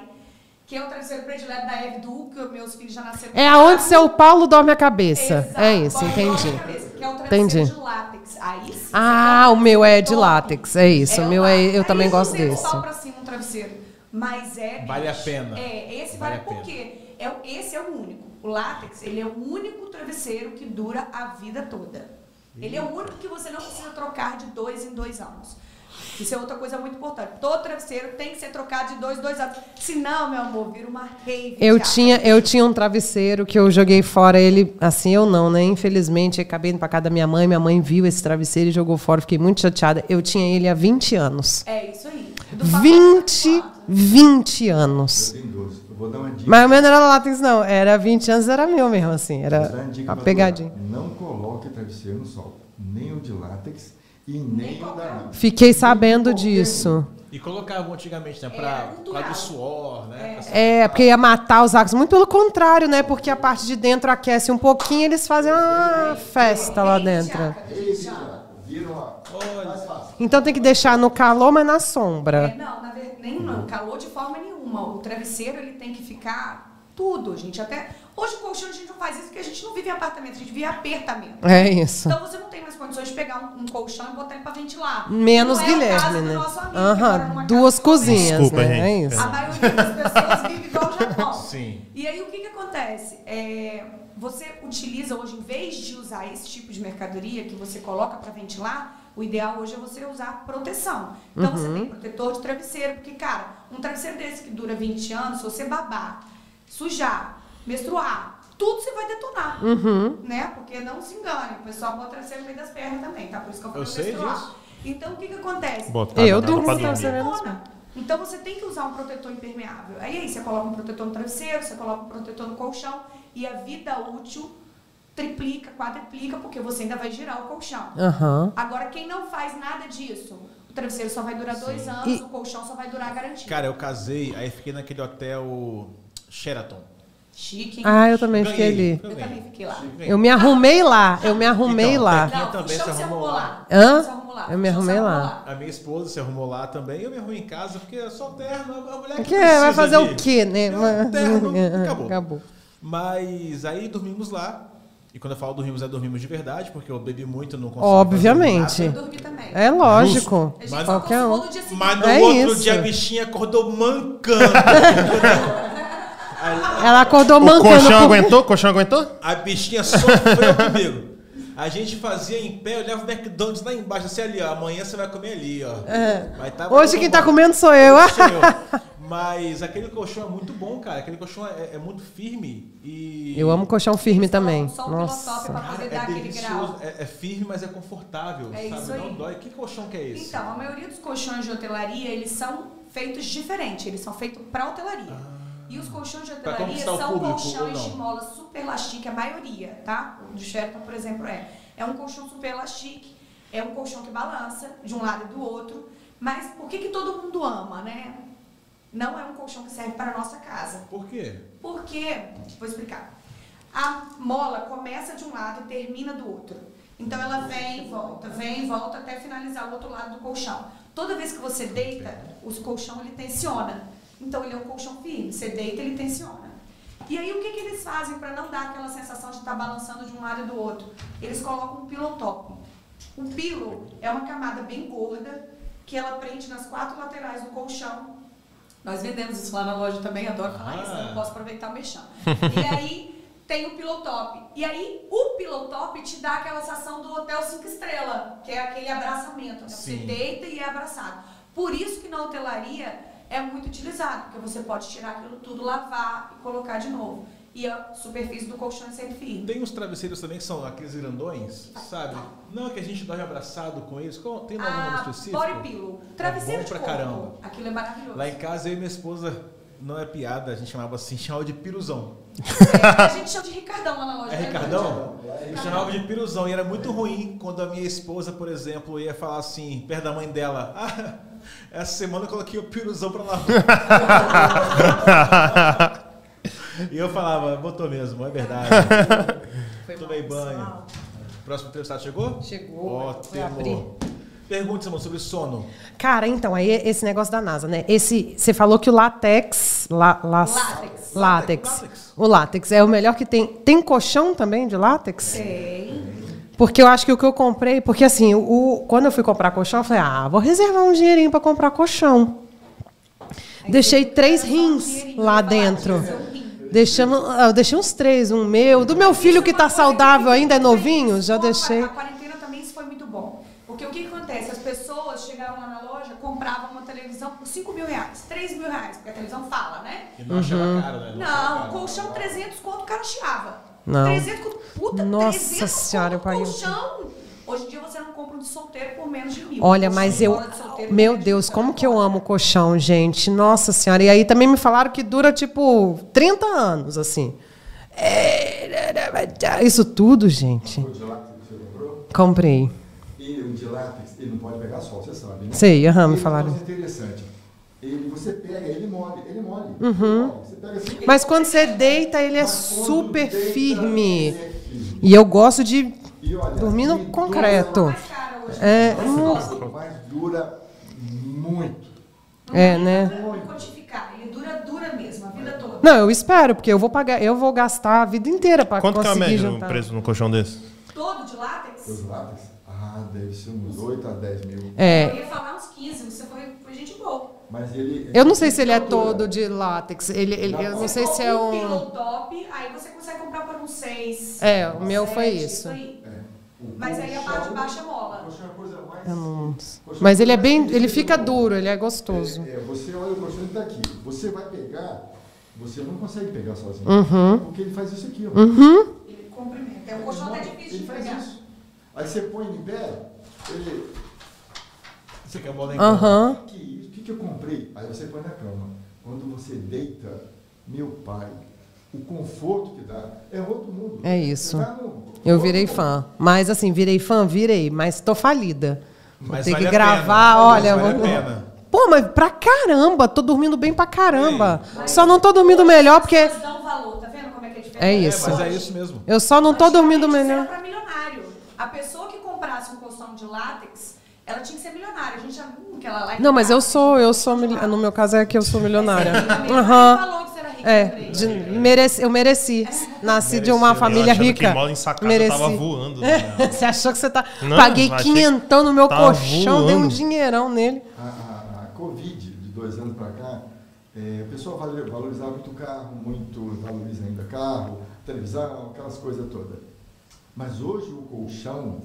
Que é o travesseiro predileto da Evdu, que meus filhos já nasceram. É com aonde carro. seu Paulo dorme a cabeça. Exato, É isso, bola entendi. na cabeça, Que é o travesseiro Entendi. de látex. Aí sim, Ah, você tá um o meu é de top. látex, é isso. O meu é. Eu também gosto desse. Só pra cima um travesseiro, mas é Vale a pena. É, esse Vale vale, a por quê? É, o- esse é o único. O látex, ele é o único travesseiro que dura a vida toda. Ele é o único que você não precisa trocar de dois em dois anos. Isso é outra coisa muito importante. Todo travesseiro tem que ser trocado de dois em dois anos. Senão, meu amor, vira uma rave. Eu cara. tinha, eu tinha um travesseiro que eu joguei fora ele, assim eu não, né? Infelizmente, eu acabei indo pra casa da minha mãe, minha mãe viu esse travesseiro e jogou fora, fiquei muito chateada. Eu tinha ele há 20 anos. É isso aí. Do papai 20, quatro. 20 anos. Eu tenho 12. Eu vou dar uma dica. Mas o meu não era látex, não. Era 20 anos, era meu mesmo, assim. Vou dar Era uma dica a é pra pegadinha. turma. Não coloque travesseiro no sol. Nem o de látex, E nem o um. danado. Fiquei sabendo disso. E colocavam antigamente, né? Pra, Era por cultural. causa do suor, né? pra- É, porque ia matar os acos. Muito pelo contrário, né? Porque a parte de dentro aquece um pouquinho, eles fazem uma festa lá dentro. Enxaca, Ele gente, chama. vira, vira uma. Olha. Mais fácil. Então tem que deixar no calor, mas na É, sombra. não, na verdade, nem não, calor de forma nenhuma. O travesseiro ele tem que ficar tudo, gente. Até hoje o colchão a gente não faz isso porque a gente não vive em apartamento, a gente vive em apertamento. É isso. Então você não tem mais condições de pegar um, um colchão e botar ele pra ventilar. Menos não É o Guilherme, caso do né? nosso amigo que mora Aham, numa duas casa com ventilador. cozinhas, Desculpa, né? gente. É isso. A maioria das pessoas vive igual o Japão. Sim. E aí o que, que acontece? É, você utiliza hoje, em vez de usar esse tipo de mercadoria que você coloca para ventilar, o ideal hoje é você usar proteção. Então você tem protetor de travesseiro, porque, cara, um travesseiro desse que dura 20 anos, se você babar, sujar, menstruar, tudo você vai detonar. Né? Porque não se engane, o pessoal bota o travesseiro no meio das pernas também, tá? Por isso que eu Eu falei sei menstruar. disso. Então o que, que acontece? Botar Eu na cama durmo tá pra com dormir. travesseiro. Detona. Então você tem que usar um protetor impermeável. Aí, aí você coloca um protetor no travesseiro, você coloca um protetor no colchão e a vida útil triplica, quadriplica, porque você ainda vai girar o colchão. Aham. Agora, quem não faz nada disso, o travesseiro só vai durar dois anos, E- o colchão só vai durar garantido. Cara, eu casei, aí fiquei naquele hotel Sheraton. Chique, hein? Ah, eu também fiquei Ganhei. ali. Eu também fiquei lá. Eu me arrumei lá. Eu me arrumei Então, tem lá. Aqui Não, também o chão se se arrumou arrumou lá. lá. Hã? O chão se arrumou lá. Eu me O chão se arrumei arrumou lá. A minha esposa se arrumou lá também, eu me arrumei em casa, porque é só terno, a mulher que, Que é, precisa vai fazer de- o quê, né? É, terno, acabou. Acabou. Mas aí dormimos lá, e quando eu falo dormimos, é dormimos de verdade, porque eu bebi muito, não consegui fazer Obviamente. Eu dormi também. É lógico. A gente só Qualquer consumou um. no dia seguinte. tá Mas no É outro isso. dia a bichinha acordou mancando. Ela acordou O mancando. colchão por- aguentou? O colchão aguentou? A bichinha sofreu comigo. A gente fazia em pé, eu olhava o McDonald's lá embaixo, assim ali, ó. Amanhã você vai comer ali, ó. Mas tava Hoje muito quem tá bom. comendo sou eu. Hoje sou eu. Mas aquele colchão é muito bom, cara. Aquele colchão é, é muito firme e. Eu amo colchão firme também. Só um pilotop Nossa. pra Cara, poder é dar aquele grau. delicioso, é, é firme, mas é confortável, É sabe? isso Não aí. dói. Que colchão que é esse? Então, a maioria dos colchões de hotelaria, eles são feitos diferente, eles são feitos para hotelaria. E os colchões de Ah. Pra hotelaria conquistar o são público, ou colchões não? de mola super elastique, a maioria, tá? O de Sheraton, por exemplo, é. É um colchão super elastique, é um colchão que balança de um lado e do outro. Mas por que, que todo mundo ama, né? Não é um colchão que serve para a nossa casa. Por quê? Porque, vou explicar. A mola começa de um lado e termina do outro. Então ela vem e volta, vem e volta até finalizar o outro lado do colchão. Toda vez que você deita, o colchão ele tensiona. Então ele é um colchão firme. Você deita, ele tensiona. E aí o que, que eles fazem para não dar aquela sensação de estar balançando de um lado e do outro? Eles colocam um pillow top. O pillow é uma camada bem gorda que ela prende nas quatro laterais do colchão. Nós vendemos isso lá na loja também, adoro falar isso, não posso aproveitar o mexão. né? E aí tem o pillow top. E aí o pillow top te dá aquela sensação do hotel cinco estrelas, que é aquele abraçamento. Né? Você Sim. deita e é abraçado. Por isso que na hotelaria é muito utilizado, porque você pode tirar aquilo tudo, lavar e colocar de novo. E a superfície do colchão é sempre firme. Tem uns travesseiros também que são aqueles grandões, sabe? Não, é que a gente dorme abraçado com eles. Qual- Tem nome Tá. Ah, específico? É body pillow. Travesseiro bom de pra coco. caramba. Aquilo é maravilhoso. Lá em casa, eu e minha esposa, não é piada, a gente chamava assim, chamava de piruzão. É, a gente chama de Ricardão lá na loja. É né, Ricardão? Eu chamava de piruzão e era muito ruim quando a minha esposa, por exemplo, ia falar assim, perto da mãe dela, ah, essa semana eu coloquei o piruzão pra lavar. e eu falava, botou mesmo, é verdade. Foi Tomei banho. Próximo entrevistado chegou? Chegou, foi abrir. Ótimo. Pergunta, Simão, sobre sono. Cara, então, aí esse negócio da NASA, né? Esse, você falou que o látex, lá- lá- Látex. látex. Látex. O látex é o melhor que tem. Tem colchão também de látex? Tem. Porque eu acho que o que eu comprei, porque assim, o, quando eu fui comprar colchão, eu falei: "Ah, vou reservar um dinheirinho pra comprar colchão". Deixei três um rins lá dentro. Deixamos, ah, eu deixei uns três, um meu, do meu filho que tá saudável ainda, é novinho, já deixei. A quarentena também isso foi muito bom. Porque o que que acontece? As pessoas chegavam lá na loja, compravam uma televisão por 5 mil reais, 3 mil reais, porque a televisão fala, né? E não Uhum. achava caro, né? achava Não, caro. colchão 300 quanto o cara chiava. Não. 300 quanto- puta, Nossa 300 Senhora, eu quanto paguei- um colchão. Hoje em dia você não compra um de solteiro por menos de mil. Olha, Colchão mas de eu. bola de solteiro por Meu menos de Deus, mil, como tá que eu fora. amo colchão, gente. Nossa senhora. E aí também me falaram que dura, tipo, 30 anos, assim. É, Isso tudo, gente. O de lá que você comprou. Comprei. E e o de látex, ele não pode pegar sol, você sabe, né? Sei, aham, me Ele é um falaram. negócio interessante. Ele, você pega, ele mole, ele mole. Você pega assim, Mas quando você deita, ele é mas quando Uhum. super deita, firme. ele é firme. E eu gosto de E olha, dormir e no dura- concreto. mais cara hoje. É, Nossa, mas dura muito. Não É, tem né? pra Quantificar. Ele dura, dura mesmo, a vida toda. não, eu espero, porque eu vou pagar, eu vou gastar a vida inteira para Quanto que é a conseguir média no juntar. preço no colchão desse? Todo de Uhum. látex? Os látex, ah, deve ser uns 8 a 10 mil. É, Eu ia falar uns 15, você foi, foi gente boa. Mas ele... eu não sei se ele é dura. todo de látex. Ele, ele- eu não sei se é compra um. pillow top, aí você consegue comprar por uns 6. É, o meu foi isso. É. O Mas aí a colchão- parte de baixo é mola. colchão é a coisa mais- Eu não- colchão Mas ele é mais bem, ele difícil fica do mundo. duro, ele é gostoso. É, é, você olha o colchão ele tá aqui. Você vai pegar, você não consegue pegar sozinho. Uhum. Porque ele faz isso aqui, ó. Ele comprimenta. É um colchão até difícil Ele de faz pegar. isso. Aí você põe ele em pé, ele. Você quer bola em campo? Aham. O que, isso? O que, que eu comprei? Aí você põe na cama. Quando você deita, meu pai, o conforto que dá é outro mundo. É Você isso. tá no- Eu outro virei mundo. fã. Mas assim, virei fã, virei, mas tô falida. Vou Mas ter vale que a pena. gravar, Mas olha. vale a vou- pena. Pô, mas pra caramba, tô dormindo bem pra caramba. Só não tô dormindo melhor porque. Mas dá um valor, tá vendo como é que é diferente? É É, isso. mas é isso mesmo. Eu só não tô dormindo Antigamente, isso melhor. Era pra milionário. A pessoa que comprasse um colchão de látex, ela tinha que ser milionária. A gente já viu aquela lá. é Não, mas eu sou, eu sou. mil- No meu caso é que eu sou milionária. Aham. falou que você era rica, É, lembrei. de- mereci- eu mereci. Nasci de uma Mereci, eu família né? achando rica. que mola em sacada tava voando, né? Você achou que você tá. Não, Paguei achei que quinhentão no meu tava colchão, dei um voando. dinheirão nele. A, a- a Covid de dois anos para cá, é, o pessoal vale- valorizava muito o carro, muito valoriza ainda carro, televisão, aquelas coisas todas. Mas hoje o colchão,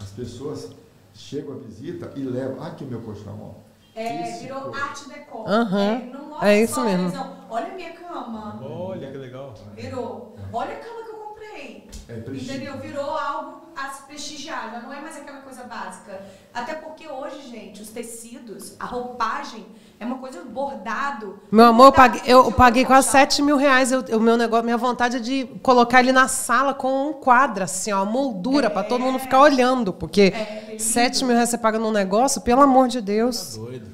as pessoas chegam à visita e levam. Ah, aqui o meu colchão, ó. É, Esse virou colchão. arte decor. Aham. É, não mostra É isso só a mesmo. televisão. Olha a minha cama. Olha que legal. Virou. Olha a cama que eu comprei. É prestígio. Entendeu? Virou algo a se prestigiar. Já não é mais aquela coisa básica. Até porque hoje, gente, os tecidos, a roupagem, é uma coisa bordado. Meu amor, eu Bordado, paguei, eu gente, paguei quase colchão. 7 mil reais. Eu, o meu negócio, minha vontade é de colocar ele na sala com um quadro, assim, ó, moldura, pra todo mundo ficar olhando. Porque lindo. 7 mil reais você paga num negócio, pelo amor de Deus. Doido.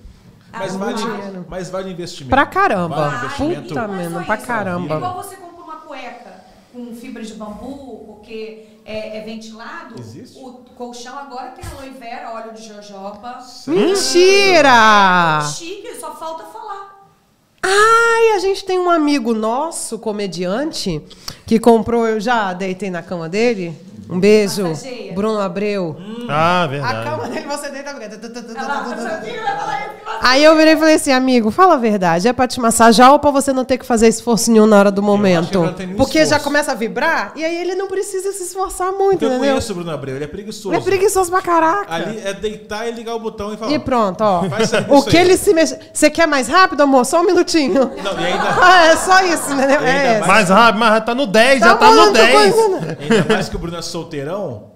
Ah, Mas não vale, vale. mas vale o investimento. Pra caramba. Vale o Ai, investimento. Puta não é merda, só pra isso. caramba. É igual você compra uma cueca com fibra de bambu, porque é, é ventilado. Existe? O colchão agora tem aloe vera, óleo de jojoba. Mentira! Chique, só falta falar. Ai, a gente tem um amigo nosso, comediante, que comprou, eu já deitei na cama dele. Um beijo, Massageia. Bruno Abreu. Ah, Hum. A verdade. cama dele você deita. Ela "Nossa, aqui vai falar isso, que vai-" Aí eu virei e falei assim, amigo, fala a verdade, é pra te massajar ou pra você não ter que fazer esforço nenhum na hora do momento? não tem nenhum Porque já esforço. começa a vibrar e aí ele não precisa se esforçar muito, Porque eu entendeu? conheço o Bruno Abreu, ele é preguiçoso. É preguiçoso pra caraca. Ali é deitar e ligar o botão e falar. E pronto, ó. Faz isso aí, O isso que aí. ele se mexe. Você quer mais rápido, amor? Só um minutinho. Não, e ainda, Ah, é só isso, entendeu? E ainda É, mais- Mais rápido, mas já tá no 10, já tá bom, no não tô 10. aguentando. ainda mais que o Bruno é solteirão,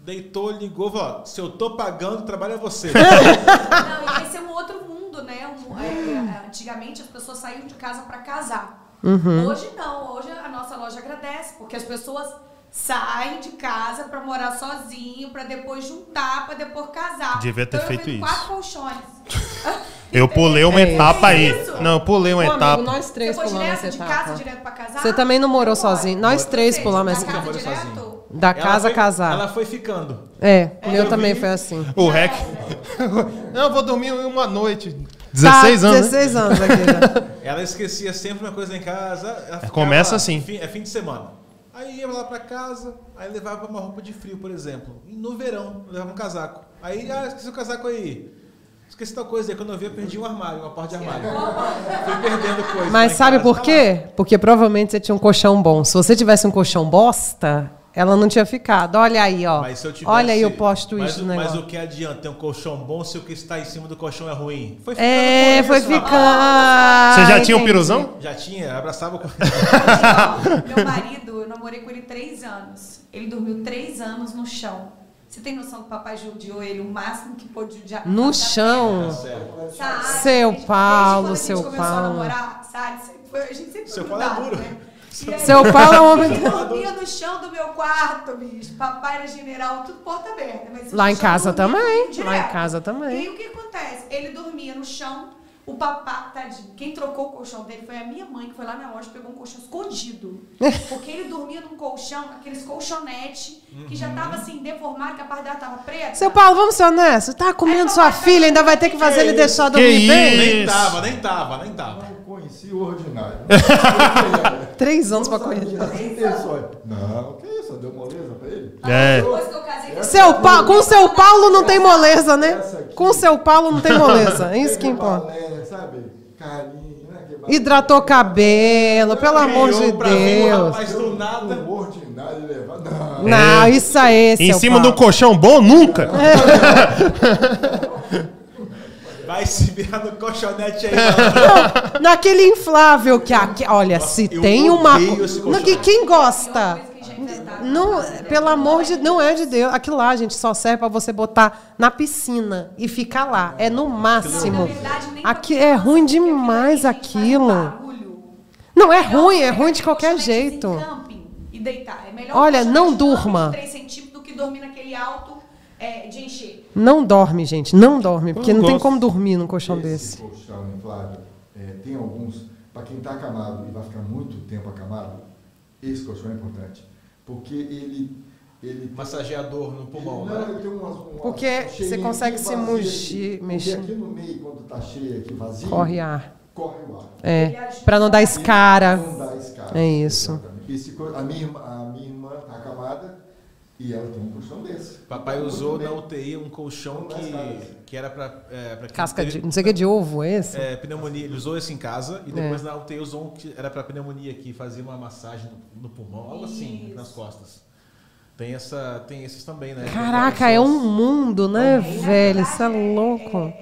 deitou, ligou, falou: ó, se eu tô pagando, o trabalho é você. Não, e esse é um outro mundo, né? Um- é, é, antigamente as pessoas saíam de casa pra casar. Uhum. Hoje não, hoje a nossa loja agradece, porque as pessoas saem de casa pra morar sozinho, pra depois juntar, pra depois casar. Devia ter Então, eu feito vendo isso. Quatro colchões. Eu pulei uma É etapa aí. isso. Não, eu pulei uma Pô, etapa. amigo, nós três Você foi pulamos direto essa de casa, etapa. direto pra casar? Você também não morou Eu moro. sozinho. Nós Vocês, três pulamos da essa casa etapa. morou direto? sozinho. Da Ela casa foi- a casar. Ela foi ficando. É, o meu eu também vi. foi assim. O REC. Não, eu vou dormir uma noite. Tá, 16 anos. né? 16 anos aqui já. Ela esquecia sempre uma coisa lá em casa. ela ficava- começa assim. Fim, é fim de semana. Aí ia lá pra casa, aí levava uma roupa de frio, por exemplo. E no verão, eu levava um casaco. Aí, ah, esqueci o casaco aí. Esqueci tal coisa aí. Quando eu vi, eu perdi um armário, uma parte de armário. Fui perdendo coisa. Mas lá em sabe casa. por Tá quê? Porque provavelmente você tinha um colchão bom. Se você tivesse um colchão bosta, ela não tinha ficado. Olha aí, ó. lá. Mas se eu tivesse- Olha aí, eu posto mas, isso o- no Mas negócio. o que adianta ter um colchão bom se o que está em cima do colchão é ruim? Foi ficando É, com foi isso, rapaz. ficando. Você já tinha um Ah, Entendi. piruzão? Já tinha, abraçava com. Então, Meu marido, eu namorei com ele três anos. Ele dormiu três anos no chão. Você tem noção que o papai judiou ele o máximo que pôde judiar? No Da chão. Sério. terra, sabe? Seu Desde- desde Paulo, quando a gente seu começou a Paulo. namorar, sabe? Sempre foi- A gente sempre Seu foi Paulo é grudado, duro. né? E aí, Seu Paulo é um homem- Eu dormia no chão do meu quarto, bicho. Papai era general, tudo porta aberta. Mas Lá no em chão casa eu dormia também, direto. lá em casa também. E aí o que acontece? Ele dormia no chão, o papá, tadinho, quem trocou o colchão dele foi a minha mãe, que foi lá na loja e pegou um colchão escondido. Porque ele dormia num colchão, aqueles colchonete, que Uhum. já tava assim, deformado, que a parte dela tava preta. Seu Paulo, vamos ser honestos. Tá comendo sua filha, ainda vai ter que fazer ele deixar dormir Que bem? Nem Isso. tava, nem tava, nem tava. Não conheci o ordinário. Três anos pra correr. Não, que isso? Deu moleza pra ele? É. Depois que eu casei, eu Seu pa... Com seu Paulo não tem moleza, né? Com seu Paulo não tem moleza. É isso que Teve importa. balé, sabe? Carinho, né? Que balé. Hidratou cabelo, pelo amor de Criou pra mim um Deus. rapaz do nada. Um ordinário levado. Não. Não, isso aí, seu É. Em cima Paulo. do colchão bom nunca. Vai se virar no colchonete aí. malandro. Não, naquele inflável que aqui, olha, se eu tem uma, odeio esse não, que colchão. quem gosta, coisa que já inventaram. não, pelo amor de, não é de Deus, aquilo lá, gente, só serve pra você botar na piscina e ficar lá, é no Na máximo. verdade, nem Aqui pra- é ruim demais Porque aquilo. ali faz um barulho. Não é Melhor ruim, é pegar ruim de um qualquer colchonete em jeito. camping E deitar. É melhor Olha, um não colchonete de durma. 3 centímetros do que dormir naquele alto é, de encher. Não dorme, gente, não dorme, porque Eu não tem gosto. como dormir num colchão Esse desse. colchão inflável, é, tem alguns, para quem está acamado e vai ficar muito tempo acamado, esse colchão é importante. Porque ele. ele Massageador no pulmão, ele- não, né? ele tem umas- uma- Porque uma você cheinha consegue aqui se vazia mugir, aqui. Porque mexer. aqui no meio, quando está cheio aqui vazio, Corre ar, corre o ar. é, para não dar escara. Não dá escada. É isso. Exatamente. Esse co- a, minha, irmã- a minha irmã está acamada e ela tem um colchão desse. Papai usou Muito na bem. UTI um colchão que, que era pra, é, pra quem Casca teve- de, não sei o que de ovo é esse. É, pneumonia, ele usou esse em casa e É. depois na UTI usou um que era pra pneumonia que fazia uma massagem no, no pulmão, algo assim, Isso. nas costas. Tem essa, tem esses também, né? Caraca, é um mundo, né, velho? Isso é louco.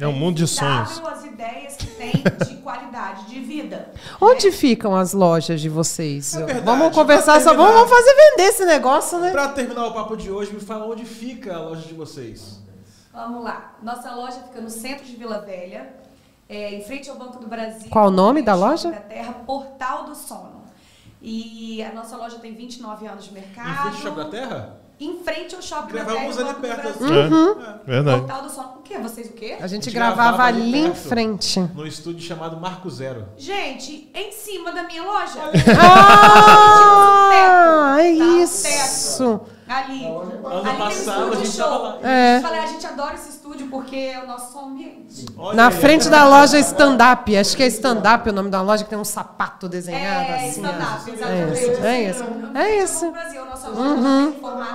É um mundo de sonhos. inacreditável as ideias que tem de qualidade de vida. Onde ficam as lojas de vocês? É verdade, vamos conversar, pra só vamos, terminar. vamos fazer vender esse negócio, né? Pra terminar o papo de hoje, me fala onde fica a loja de vocês. Vamos lá. Nossa loja fica no centro de Vila Velha, é, em frente ao Banco do Brasil. Qual o nome da loja? Da Terra, Portal do Sono. E a nossa loja tem 29 anos de Em frente ao mercado. Shopping da Terra? Em frente ao Shopping da Terra. Gravamos e ali Banco do perto. Brasil. assim. Uhum. É, verdade. Portal do Sono. O quê? Vocês o quê? A gente gente gravava gravava ali ali em perto. frente. Num estúdio chamado Marco Zero. Gente, em cima da minha loja. Ah, é Tá no teto. isso. Ali. Ano Ali passado a tem um estúdio gente tava lá. show. É. Falei, "Ah, a gente adora esse estúdio porque é o nosso som ambiente. Olha Na aí, frente da loja stand-up. Acho que é stand-up o nome da loja, que tem um sapato desenhado É, assim. ó. stand-up, É exatamente. isso, é isso. É No isso. Brasil, nossa loja uhum. tem formato. É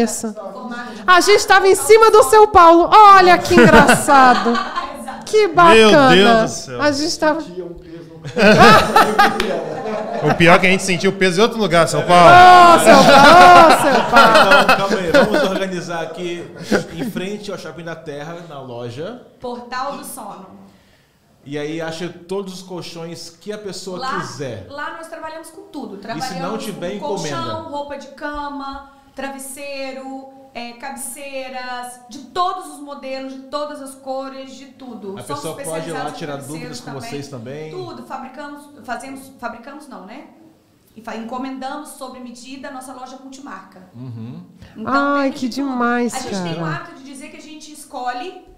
isso. formato de- A gente tava em cima do seu Paulo. Olha que engraçado. Ah, exato. Que bacana. Deus do céu. A gente tava. Tinha um peso no O pior é que a gente sentiu peso em outro lugar, São Paulo. Ô, seu Paulo, ô, seu Paulo. Então, calma aí, vamos organizar aqui em frente ao Shopping da Terra, na loja. Portal do Sono. E aí acha todos os colchões que a pessoa Lá, quiser. lá nós trabalhamos com tudo. Trabalhamos não tiver, com colchão, encomenda. roupa de cama, travesseiro, é, cabeceiras, de todos os modelos, de todas as cores, de tudo. A Somos pessoa pode ir lá especializados em tirar travesseiros dúvidas com vocês também? Tudo, fabricamos, fazemos, fabricamos não, né? E fa- encomendamos sobre medida a nossa loja multimarca. Uhum. Então, Ai, tem que de tudo. demais, A gente tem o cara. hábito de dizer que a gente escolhe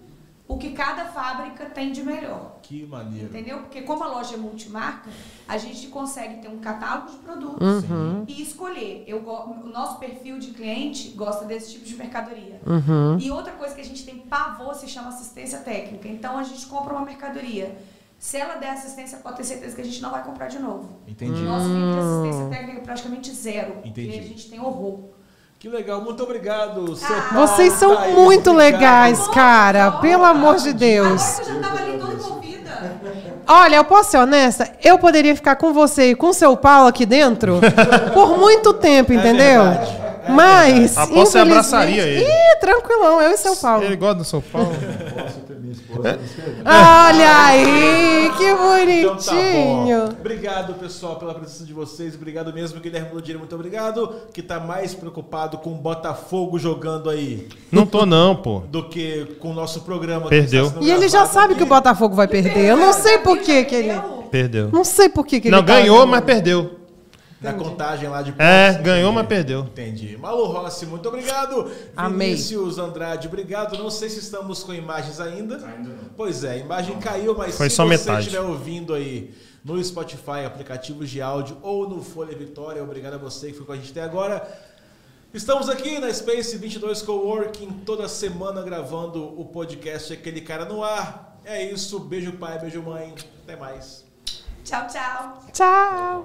o que cada fábrica tem de melhor. Que maneiro. Entendeu? Porque como a loja é multimarca, a gente consegue ter um catálogo de produtos Uhum. e escolher. Eu, go- o nosso perfil de cliente gosta desse tipo de mercadoria. Uhum. E outra coisa que a gente tem pavor se chama assistência técnica. Então a gente compra uma mercadoria. Se ela der assistência, pode ter certeza que a gente não vai comprar de novo. Entendi. Nosso nível de Hum. assistência técnica é praticamente zero. Entendi. E a gente tem horror. Que legal, muito obrigado, seu Ah, Paulo, Vocês são Thaís, muito obrigado. legais, cara. Pelo amor de Deus. Agora que eu já tava ali toda envolvida. Olha, eu posso ser honesta? Eu poderia ficar com você e com seu Paulo aqui dentro por muito É tempo, entendeu? verdade, Mas. Aposto você infelizmente- abraçaria ele. Ih, tranquilão, eu e seu Paulo. Ele gosta É do São Paulo. posso ter minha esposa me esperando. Olha aí, que Então tá bom. bonitinho. Obrigado, pessoal, pela presença de vocês. Obrigado mesmo, Guilherme Lodira. Muito obrigado. Que tá mais preocupado com o Botafogo jogando aí Não tô, não, pô. do que com o nosso programa. Perdeu. que está sendo e ele já gravado sabe que o aqui. Botafogo vai perder. Eu não sei por que que ele. Entendeu? Perdeu. Não sei por que que ele. Não, tá ganhou, jogando. mas perdeu. Na contagem lá de É, pontos. ganhou, Entendi. mas perdeu. Entendi. Malu Rossi, muito obrigado. Amei. Vinícius Andrade, obrigado. Não sei se estamos com imagens ainda. Ainda não. Pois é, a imagem caiu, mas Foi se só você metade. estiver ouvindo aí no Spotify, aplicativos de áudio ou no Folha Vitória, obrigado a você que ficou com a gente até agora. Estamos aqui na Space 22 Coworking, toda semana gravando o podcast Aquele Cara no Ar. É isso, beijo pai, beijo mãe, até mais. Tchau, tchau. Tchau.